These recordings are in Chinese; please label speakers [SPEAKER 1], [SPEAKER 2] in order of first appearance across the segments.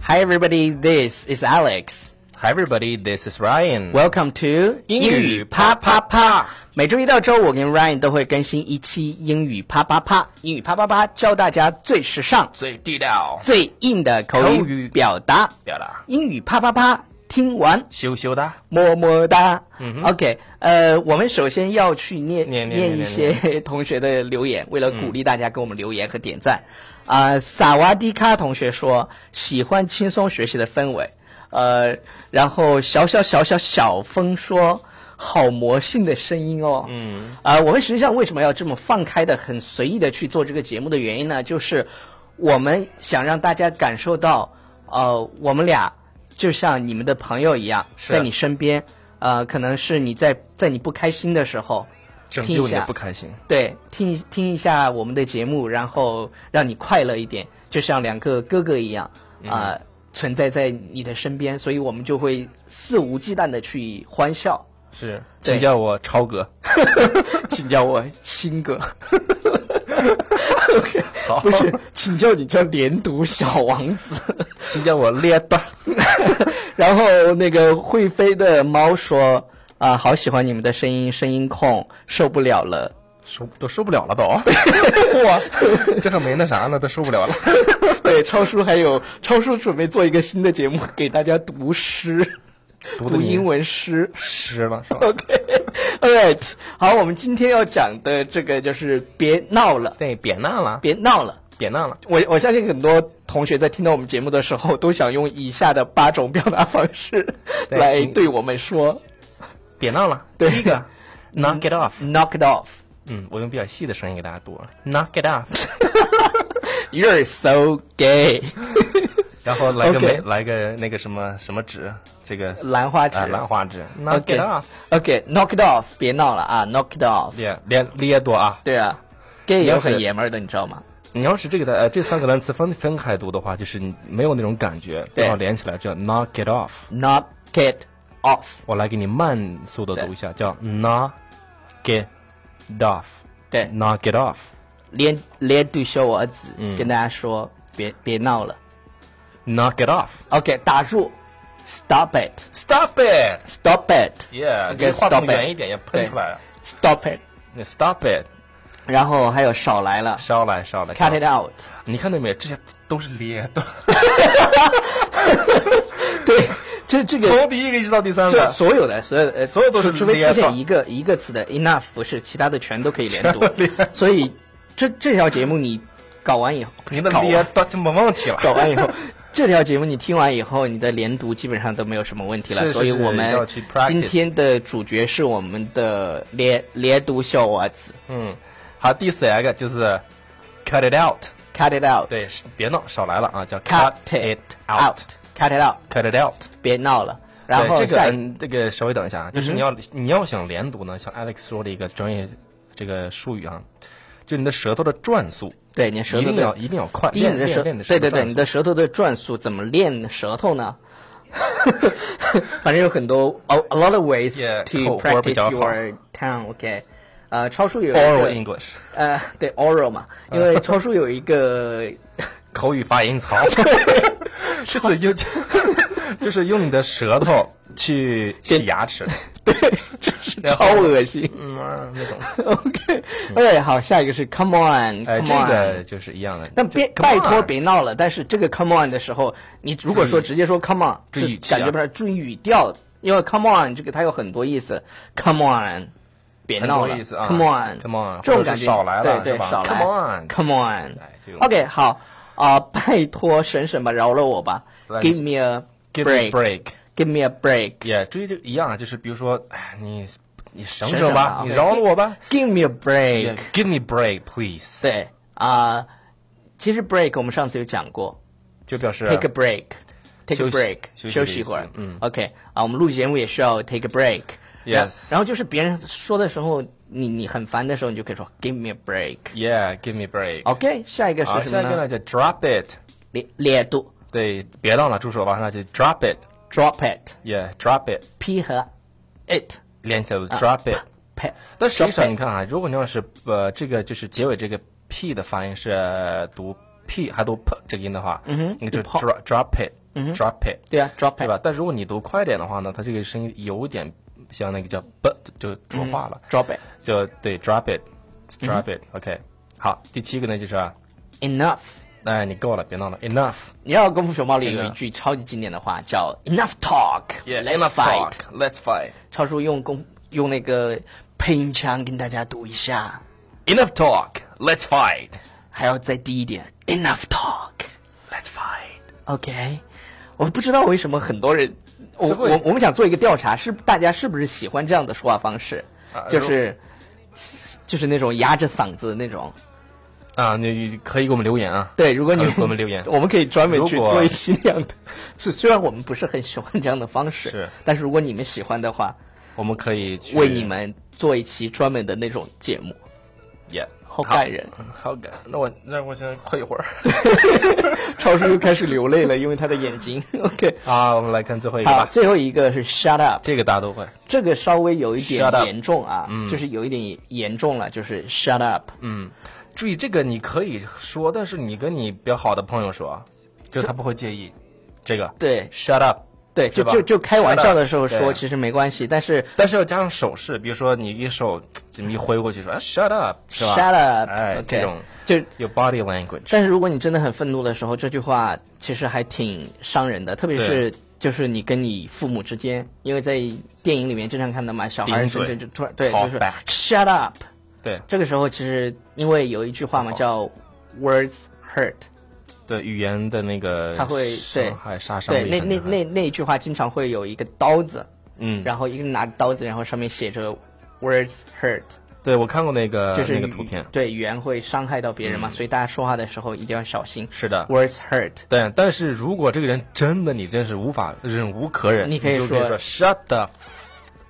[SPEAKER 1] Hi everybody, this is Alex.
[SPEAKER 2] Hi everybody, this is Ryan.
[SPEAKER 1] Welcome to
[SPEAKER 2] 英语啪啪啪。
[SPEAKER 1] 每周一到周五，我跟 Ryan 都会更新一期英语啪啪啪。英语啪啪啪，教大家最时尚、
[SPEAKER 2] 最地道，
[SPEAKER 1] 最硬的口
[SPEAKER 2] 口
[SPEAKER 1] 语
[SPEAKER 2] 语
[SPEAKER 1] 表达。
[SPEAKER 2] 表达
[SPEAKER 1] 英语啪啪啪，听完
[SPEAKER 2] 羞羞的，
[SPEAKER 1] 么么哒。OK，呃，我们首先要去念
[SPEAKER 2] 嗯念念
[SPEAKER 1] 念一
[SPEAKER 2] 念
[SPEAKER 1] 些 同学的留言，为了鼓励大家给我们留言和点赞。
[SPEAKER 2] 嗯
[SPEAKER 1] 啊，萨瓦迪卡同学说喜欢轻松学习的氛围。呃，然后小小小小小风说。好魔性的声音哦，嗯，啊，我们实际上为什么要这么放开的、很随意的去做这个节目的原因呢？就是我们想让大家感受到，呃，我们俩就像你们的朋友一样，
[SPEAKER 2] 是
[SPEAKER 1] 在你身边，呃，可能是你在在你不开心的时候，
[SPEAKER 2] 拯
[SPEAKER 1] 听
[SPEAKER 2] 救
[SPEAKER 1] 一
[SPEAKER 2] 你的
[SPEAKER 1] 下，
[SPEAKER 2] 不开心。
[SPEAKER 1] 对，听一听一下我们的节目，然后让你快乐一点，就像两个哥哥一样啊、存在在你的身边，所以我们就会肆无忌惮的去欢笑。
[SPEAKER 2] 是，
[SPEAKER 1] 对
[SPEAKER 2] 请叫我超哥。
[SPEAKER 1] 请叫我新哥。OK，不是，请叫你叫连读小王 子。
[SPEAKER 2] 请叫我列段。
[SPEAKER 1] 然后那个会飞的猫说：“啊、好喜欢你们的声音，声音控受不了了。
[SPEAKER 2] 受都受不了了都， 哇，这还没那啥呢，都受不了了。”
[SPEAKER 1] 对，超叔还有超叔准备做一个新的节目，给大家读诗，
[SPEAKER 2] 读
[SPEAKER 1] 读
[SPEAKER 2] 的你
[SPEAKER 1] 英文诗。
[SPEAKER 2] 湿了是吧？
[SPEAKER 1] OK，All right，好，我们今天要讲的这个就是别闹了，
[SPEAKER 2] 对，别闹了，
[SPEAKER 1] 别闹了。
[SPEAKER 2] 别闹了。
[SPEAKER 1] 我我相信很多同学在听到我们节目的时候，都想用以下的八种表达方式
[SPEAKER 2] 对
[SPEAKER 1] 来
[SPEAKER 2] 嗯
[SPEAKER 1] 对我们说
[SPEAKER 2] 别闹了。
[SPEAKER 1] 对
[SPEAKER 2] 第一个，knock it off。
[SPEAKER 1] “knock it off”。
[SPEAKER 2] 嗯，我用比较细的声音给大家读，knock 啊 it off。
[SPEAKER 1] You're so gay，
[SPEAKER 2] 然后来个
[SPEAKER 1] OK
[SPEAKER 2] 没，来个那个什么什么纸，这个
[SPEAKER 1] 兰花指。
[SPEAKER 2] 啊兰花指，knock
[SPEAKER 1] OK
[SPEAKER 2] it off。
[SPEAKER 1] OK，knock it off，别闹了啊，knock it off。
[SPEAKER 2] 列列列多啊！
[SPEAKER 1] 对啊，gay
[SPEAKER 2] 你
[SPEAKER 1] 也
[SPEAKER 2] 要是
[SPEAKER 1] 很爷们儿的，你知道吗？
[SPEAKER 2] 你要是这个的呃这三个单词分分开读的话，就是你没有那种感觉，
[SPEAKER 1] 对
[SPEAKER 2] 最好连起来叫 knock it off。
[SPEAKER 1] knock it off。
[SPEAKER 2] 我来给你慢速的读一下，叫 knock it off，knock
[SPEAKER 1] 对，
[SPEAKER 2] it off。
[SPEAKER 1] 连连读小我子
[SPEAKER 2] 嗯
[SPEAKER 1] 跟大家说，别别闹了。
[SPEAKER 2] Knock it off.
[SPEAKER 1] OK，打住，Stop it，Stop
[SPEAKER 2] Stop it.
[SPEAKER 1] it，Stop
[SPEAKER 2] Yeah，
[SPEAKER 1] OK，
[SPEAKER 2] 离话
[SPEAKER 1] stop
[SPEAKER 2] 筒
[SPEAKER 1] it
[SPEAKER 2] 远一点，也喷出来了。
[SPEAKER 1] it。
[SPEAKER 2] 那 Stop it，
[SPEAKER 1] 然后还有少来了
[SPEAKER 2] 烧来烧来。
[SPEAKER 1] ，Cut it out。
[SPEAKER 2] 你看到没有？这些都是咧的，
[SPEAKER 1] 对，这这个
[SPEAKER 2] 从第一个一直到第三
[SPEAKER 1] 这
[SPEAKER 2] 个，
[SPEAKER 1] 所有的所有呃
[SPEAKER 2] 所有都是
[SPEAKER 1] 除除非
[SPEAKER 2] 连
[SPEAKER 1] 出
[SPEAKER 2] 到
[SPEAKER 1] 现一个一个词的 enough 不是，其他的全都可以连读。所以这这条节目你搞完以后，不
[SPEAKER 2] 你
[SPEAKER 1] 是
[SPEAKER 2] 的
[SPEAKER 1] 搞
[SPEAKER 2] 咧
[SPEAKER 1] 完
[SPEAKER 2] 的就没问题了。
[SPEAKER 1] 搞完以后。这条节目你听完以后，你的连读基本上都没有什么问题了，
[SPEAKER 2] 是是
[SPEAKER 1] 所以
[SPEAKER 2] 是
[SPEAKER 1] 我们
[SPEAKER 2] 要去 practice
[SPEAKER 1] 今天的主角是我们的连连读小娃子
[SPEAKER 2] 嗯， 好，第四个就是 cut it out，
[SPEAKER 1] ，cut it out，
[SPEAKER 2] 对，是别闹，少来了啊，叫
[SPEAKER 1] Cut
[SPEAKER 2] cut
[SPEAKER 1] it
[SPEAKER 2] it out，cut
[SPEAKER 1] out，cut it out，
[SPEAKER 2] it out。
[SPEAKER 1] 别闹了。然后
[SPEAKER 2] 对这个
[SPEAKER 1] 下一
[SPEAKER 2] 嗯这个稍微等一下啊，就是你要、你要想连读呢，像 Alex 说的一个专业这个术语啊，就你的舌头的转速
[SPEAKER 1] 对你的舌
[SPEAKER 2] 一
[SPEAKER 1] 头
[SPEAKER 2] 定
[SPEAKER 1] 的
[SPEAKER 2] 要一定要快，
[SPEAKER 1] 第一，
[SPEAKER 2] 练
[SPEAKER 1] 你的舌，
[SPEAKER 2] 练练的舌
[SPEAKER 1] 对
[SPEAKER 2] 头
[SPEAKER 1] 对对，
[SPEAKER 2] 转
[SPEAKER 1] 你
[SPEAKER 2] 速
[SPEAKER 1] 的舌头的转速怎么练舌头呢？反正有很多 a a lot of ways
[SPEAKER 2] Yeah，
[SPEAKER 1] to
[SPEAKER 2] 口活比
[SPEAKER 1] practice
[SPEAKER 2] 较好
[SPEAKER 1] your tongue。OK，呃，超叔有一个
[SPEAKER 2] oral English 呃
[SPEAKER 1] 呃，对 oral 嘛，因为超叔有一个
[SPEAKER 2] 口语发音槽，就是用 就是用你的舌头去洗牙齿，
[SPEAKER 1] 超恶心。
[SPEAKER 2] 嗯啊那种，
[SPEAKER 1] OK，哎，好，下一个是 come
[SPEAKER 2] 哎，
[SPEAKER 1] on，come
[SPEAKER 2] 嗯这
[SPEAKER 1] on。
[SPEAKER 2] 个就是一样的。
[SPEAKER 1] 那
[SPEAKER 2] 就
[SPEAKER 1] 别
[SPEAKER 2] come
[SPEAKER 1] 拜托
[SPEAKER 2] on
[SPEAKER 1] 别闹了，但是这个 come on 的时候，你如果说
[SPEAKER 2] 注意
[SPEAKER 1] 直接说 come on，
[SPEAKER 2] 注
[SPEAKER 1] 是
[SPEAKER 2] 意语气
[SPEAKER 1] 感觉
[SPEAKER 2] 啊
[SPEAKER 1] 不是注意语调，因为 come on 这个它有很多意思，come on，别
[SPEAKER 2] 很
[SPEAKER 1] 闹
[SPEAKER 2] 多
[SPEAKER 1] 了
[SPEAKER 2] 意思啊
[SPEAKER 1] c o m e on，
[SPEAKER 2] ，come on，
[SPEAKER 1] 这种
[SPEAKER 2] 或者
[SPEAKER 1] 感
[SPEAKER 2] 是
[SPEAKER 1] 觉
[SPEAKER 2] 少来了
[SPEAKER 1] 对
[SPEAKER 2] 是
[SPEAKER 1] 对，
[SPEAKER 2] 吧
[SPEAKER 1] 少来
[SPEAKER 2] come on
[SPEAKER 1] ，come on，
[SPEAKER 2] 哎这种
[SPEAKER 1] OK，好啊，拜托神神吧，饶了我吧
[SPEAKER 2] 来
[SPEAKER 1] ，give me a
[SPEAKER 2] give me
[SPEAKER 1] break，give
[SPEAKER 2] a break。
[SPEAKER 1] me a break，give
[SPEAKER 2] 也追就一样啊，就是比如说，哎，你你省
[SPEAKER 1] 省
[SPEAKER 2] 省
[SPEAKER 1] 吧
[SPEAKER 2] 吧，你
[SPEAKER 1] ，OK
[SPEAKER 2] 饶了我吧。
[SPEAKER 1] me a break，
[SPEAKER 2] Yeah, Give me break, please，
[SPEAKER 1] 对啊，其实 break 我们上次有讲过
[SPEAKER 2] 就表示
[SPEAKER 1] ，take a break，take a
[SPEAKER 2] 休息
[SPEAKER 1] break，
[SPEAKER 2] 休息的
[SPEAKER 1] 休息一会
[SPEAKER 2] 意
[SPEAKER 1] 儿
[SPEAKER 2] 思，嗯
[SPEAKER 1] ，OK 啊，我们录节目也需要 take a break。然
[SPEAKER 2] Yes
[SPEAKER 1] 然后就是别人说的时候，你你很烦的时候，你就可以说 “Give me a break”。
[SPEAKER 2] yeah, give me break。啊
[SPEAKER 1] OK，下一个是
[SPEAKER 2] 好，
[SPEAKER 1] 什
[SPEAKER 2] 下
[SPEAKER 1] 么
[SPEAKER 2] 一个
[SPEAKER 1] 呢？
[SPEAKER 2] 呢叫 drop it，
[SPEAKER 1] 烈烈度
[SPEAKER 2] 对，别闹了，住手吧，那就 drop it，yeah,
[SPEAKER 1] drop it
[SPEAKER 2] drop it，
[SPEAKER 1] p 和 it
[SPEAKER 2] 连起来 drop it。
[SPEAKER 1] p
[SPEAKER 2] 但实际
[SPEAKER 1] 啊 drop it
[SPEAKER 2] 上你看啊，如果你要是呃这个就是结尾这个 p 的发音是呃读 p 还读 p 这个音的话，
[SPEAKER 1] 嗯哼
[SPEAKER 2] 那就
[SPEAKER 1] 读 pop
[SPEAKER 2] drop drop it，drop it，
[SPEAKER 1] 对啊，drop
[SPEAKER 2] 对吧？但如果你读快一点的话呢，它这个声音有点像那个叫 b，就浊化了，
[SPEAKER 1] it，drop it。
[SPEAKER 2] 就对 drop
[SPEAKER 1] 嗯
[SPEAKER 2] it，drop it，OK、好，第七个呢就是啊，
[SPEAKER 1] Enough，
[SPEAKER 2] 哎，你够了，别闹了，enough，
[SPEAKER 1] 你要功夫熊猫里有一句超级经典的话，叫 Enough talk，Let's fight。
[SPEAKER 2] fight，let's fight，enough
[SPEAKER 1] 超叔用公用那个配音腔跟大家读一下，
[SPEAKER 2] talk，let's fight，let's
[SPEAKER 1] 还要再低一点，Enough talk。
[SPEAKER 2] fight。
[SPEAKER 1] OK，我不知道为什么很多人，我
[SPEAKER 2] 这会
[SPEAKER 1] 我我们想做一个调查，是大家是不是喜欢这样的说话方式，
[SPEAKER 2] 啊
[SPEAKER 1] 就是就是那种压着嗓子的那种。
[SPEAKER 2] 啊，你可以给我们留言啊。
[SPEAKER 1] 对，如果你
[SPEAKER 2] 可以给我们留言
[SPEAKER 1] 我们可以专门去
[SPEAKER 2] 如果
[SPEAKER 1] 做一期那样的。 是，虽然我们不是很喜欢这样的方式，
[SPEAKER 2] 是
[SPEAKER 1] 但是如果你们喜欢的话，
[SPEAKER 2] 我们可以去
[SPEAKER 1] 为你们做一期专门的那种节目，
[SPEAKER 2] 耶，
[SPEAKER 1] 好感人。
[SPEAKER 2] 好感。那我那我先困一 会儿
[SPEAKER 1] 超叔又开始流泪了，因为他的眼睛。OK，
[SPEAKER 2] 啊。我们来看最后一个
[SPEAKER 1] 好，
[SPEAKER 2] 吧，
[SPEAKER 1] 最后一个是 Shut Up。
[SPEAKER 2] 这个大家都会。
[SPEAKER 1] 这个稍微有一点
[SPEAKER 2] Shut up
[SPEAKER 1] 严重啊，就是有一点严重了，就是 shut up。
[SPEAKER 2] 嗯，注意这个你可以说，但是你跟你比较好的朋友说，就他不会介意。这个
[SPEAKER 1] 对
[SPEAKER 2] ，shut up。
[SPEAKER 1] 对，
[SPEAKER 2] 是
[SPEAKER 1] 就
[SPEAKER 2] 吧
[SPEAKER 1] 就就开玩笑的时候说，
[SPEAKER 2] Shut up，对
[SPEAKER 1] 其实没关系，但是
[SPEAKER 2] 但是要加上手势，比如说你一手这么一挥过去说、啊、“shut up”，是吧
[SPEAKER 1] shut up，
[SPEAKER 2] 哎
[SPEAKER 1] OK，
[SPEAKER 2] 这种
[SPEAKER 1] 就
[SPEAKER 2] 有 body language。
[SPEAKER 1] 但是如果你真的很愤怒的时候，这句话其实还挺伤人的，特别是就是你跟你父母之间，因为在电影里面经常看到嘛，小孩
[SPEAKER 2] 顶
[SPEAKER 1] 子
[SPEAKER 2] 嘴
[SPEAKER 1] 就就突然对，
[SPEAKER 2] Talk
[SPEAKER 1] 就是
[SPEAKER 2] back
[SPEAKER 1] shut up。
[SPEAKER 2] 对
[SPEAKER 1] 这个时候其实因为有一句话嘛，
[SPEAKER 2] 好
[SPEAKER 1] 叫 words hurt，
[SPEAKER 2] 对，语言的那个
[SPEAKER 1] 他会对
[SPEAKER 2] 伤害杀伤
[SPEAKER 1] 对，
[SPEAKER 2] 力
[SPEAKER 1] 那
[SPEAKER 2] 很
[SPEAKER 1] 那
[SPEAKER 2] 厉害
[SPEAKER 1] 那那一句话经常会有一个刀子。
[SPEAKER 2] 嗯，
[SPEAKER 1] 然后一个人拿着刀子，然后上面写着 “words hurt”，
[SPEAKER 2] 对我看过那个
[SPEAKER 1] 就是
[SPEAKER 2] 呃那个
[SPEAKER 1] 语
[SPEAKER 2] 图片，嗯
[SPEAKER 1] 对语言会伤害到别人嘛，所以大家说话的时候一定要小心。
[SPEAKER 2] 是的，
[SPEAKER 1] words hurt，
[SPEAKER 2] 对，但是如果这个人真的你真是无法忍无可忍，
[SPEAKER 1] 你
[SPEAKER 2] 你
[SPEAKER 1] 可以
[SPEAKER 2] 就
[SPEAKER 1] 说
[SPEAKER 2] 说 shut the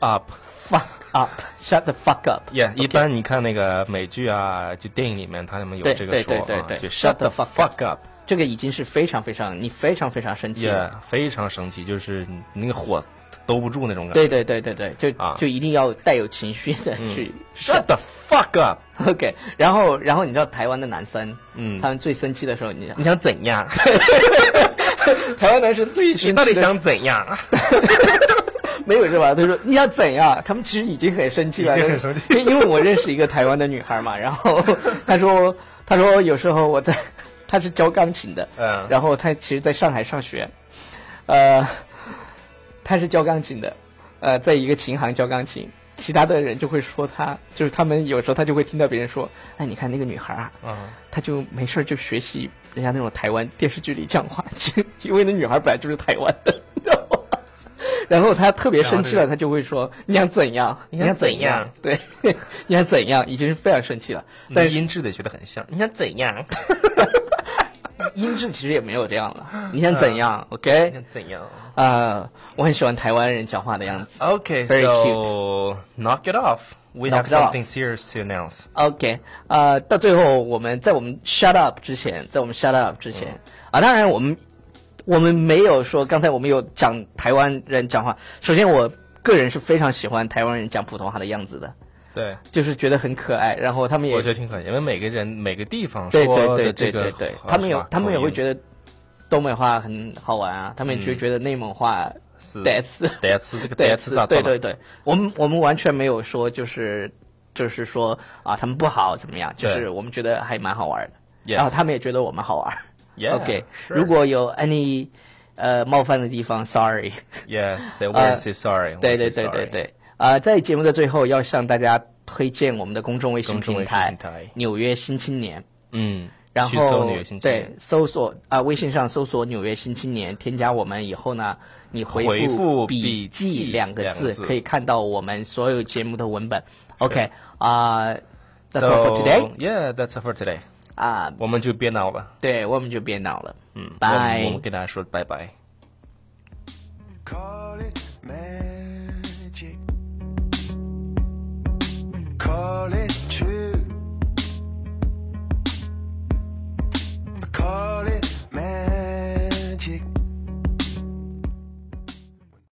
[SPEAKER 2] up。
[SPEAKER 1] fuck up，shut the fuck up。
[SPEAKER 2] Yeah，一般你看那个美剧啊，就电影里面，它里面有
[SPEAKER 1] 对
[SPEAKER 2] 这个
[SPEAKER 1] 对
[SPEAKER 2] 说
[SPEAKER 1] 对对
[SPEAKER 2] 啊，
[SPEAKER 1] 对
[SPEAKER 2] 就
[SPEAKER 1] shut
[SPEAKER 2] shut
[SPEAKER 1] the
[SPEAKER 2] the
[SPEAKER 1] fuck
[SPEAKER 2] fuck up。
[SPEAKER 1] 这个已经是非常非常，你非常非常生气了。
[SPEAKER 2] Yeah，非常生气，就是你那个火兜不住那种感觉。
[SPEAKER 1] 对对对对对，就、
[SPEAKER 2] 啊嗯
[SPEAKER 1] 就一定要带有情绪的去。
[SPEAKER 2] Shut the fuck up！
[SPEAKER 1] OK，然后然后你知道台湾的男生，
[SPEAKER 2] 嗯
[SPEAKER 1] 他们最生气的时候，你
[SPEAKER 2] 你想怎样？
[SPEAKER 1] 台湾男生最生气
[SPEAKER 2] 你到底想怎样？
[SPEAKER 1] 没有是吧？他说你要怎样？他们其实已经很生气了，
[SPEAKER 2] 已经很生
[SPEAKER 1] 气。因为我认识一个台湾的女孩嘛，然 后她说，她说有时候我在，她是教钢琴的，
[SPEAKER 2] 嗯
[SPEAKER 1] 然后她其实在上海上学，呃，她是教钢琴的，呃，在一个琴行教钢琴。其他的人就会说她，就是他们有时候她就会听到别人说，哎，你看那个女孩啊，
[SPEAKER 2] 嗯，
[SPEAKER 1] 她就没事儿就学习人家那种台湾电视剧里讲话，就因为那女孩本来就是台湾的，你知道吗？然后她特别生气了，她就会说：“你想怎样？你
[SPEAKER 2] 你
[SPEAKER 1] 想
[SPEAKER 2] 想
[SPEAKER 1] 怎
[SPEAKER 2] 怎
[SPEAKER 1] 样
[SPEAKER 2] 样？嗯
[SPEAKER 1] 对， 你想怎样？”已经是非常生气了。但
[SPEAKER 2] 但
[SPEAKER 1] 是
[SPEAKER 2] 音质得学得很像。你想怎样？
[SPEAKER 1] 音质其实也没有这样了。你想怎样？OK，
[SPEAKER 2] 你想怎样
[SPEAKER 1] 呃，我很喜欢台湾人讲话的样子。
[SPEAKER 2] ？Okay,
[SPEAKER 1] Very
[SPEAKER 2] so knock it off. We
[SPEAKER 1] Knock
[SPEAKER 2] have
[SPEAKER 1] it off.
[SPEAKER 2] something serious to announce.
[SPEAKER 1] OK，呃，到最后我们在我们 shut up 之前，在我们 shut up 之前、
[SPEAKER 2] 嗯
[SPEAKER 1] 啊，当然我们我们没有说刚才我们有讲台湾人讲话。首先，我个人是非常喜欢台湾人讲普通话的样子的，
[SPEAKER 2] 对，
[SPEAKER 1] 就是觉得很可爱。然后他们也
[SPEAKER 2] 我觉得挺可惜，因为每个人每个地方
[SPEAKER 1] 对对
[SPEAKER 2] 说
[SPEAKER 1] 对对
[SPEAKER 2] 的这
[SPEAKER 1] 对
[SPEAKER 2] 个
[SPEAKER 1] 对
[SPEAKER 2] 话，
[SPEAKER 1] 他们有
[SPEAKER 2] 是吧
[SPEAKER 1] 他们也
[SPEAKER 2] 口
[SPEAKER 1] 会
[SPEAKER 2] 音
[SPEAKER 1] 觉得东北话很好玩啊，他们也就觉得内蒙话
[SPEAKER 2] 是
[SPEAKER 1] 带 刺。
[SPEAKER 2] 带刺这个啊
[SPEAKER 1] 对
[SPEAKER 2] 带嗯刺咋
[SPEAKER 1] 对
[SPEAKER 2] 对
[SPEAKER 1] 对对，我们我们完全没有说就是就是说啊他们不好怎么样，就
[SPEAKER 2] 对
[SPEAKER 1] 是我们觉得还蛮好玩的，
[SPEAKER 2] Yes
[SPEAKER 1] 然后啊他们也觉得我们好玩。
[SPEAKER 2] Yeah,
[SPEAKER 1] OK，
[SPEAKER 2] sure.
[SPEAKER 1] 如果有 any 呃冒犯的地方，sorry。
[SPEAKER 2] Yes, they
[SPEAKER 1] 呃
[SPEAKER 2] will say Oh， sorry.
[SPEAKER 1] 对对对对对，呃，在节目的最后要向大家推荐我们的公众微信
[SPEAKER 2] 公众
[SPEAKER 1] 平
[SPEAKER 2] 微信
[SPEAKER 1] 台
[SPEAKER 2] 平台
[SPEAKER 1] 《纽约新青年》。
[SPEAKER 2] 嗯，
[SPEAKER 1] 然
[SPEAKER 2] 去搜
[SPEAKER 1] 后
[SPEAKER 2] 女性
[SPEAKER 1] 对搜索啊、微信上搜索“纽约新青年”，添加我们以后呢，你回
[SPEAKER 2] 回
[SPEAKER 1] 复
[SPEAKER 2] 复
[SPEAKER 1] 笔
[SPEAKER 2] 笔
[SPEAKER 1] 记
[SPEAKER 2] 记
[SPEAKER 1] 两个
[SPEAKER 2] 两个
[SPEAKER 1] 字，
[SPEAKER 2] 字
[SPEAKER 1] 可以看到我们所有节目的文本。OK 啊、
[SPEAKER 2] So
[SPEAKER 1] that's all for today
[SPEAKER 2] yeah, that's all for today.
[SPEAKER 1] 啊、
[SPEAKER 2] 我们就别闹了，
[SPEAKER 1] 对我们就别闹了，嗯
[SPEAKER 2] 我们我
[SPEAKER 1] 拜
[SPEAKER 2] 们。跟大家说拜拜。
[SPEAKER 3] Call it magic. Call it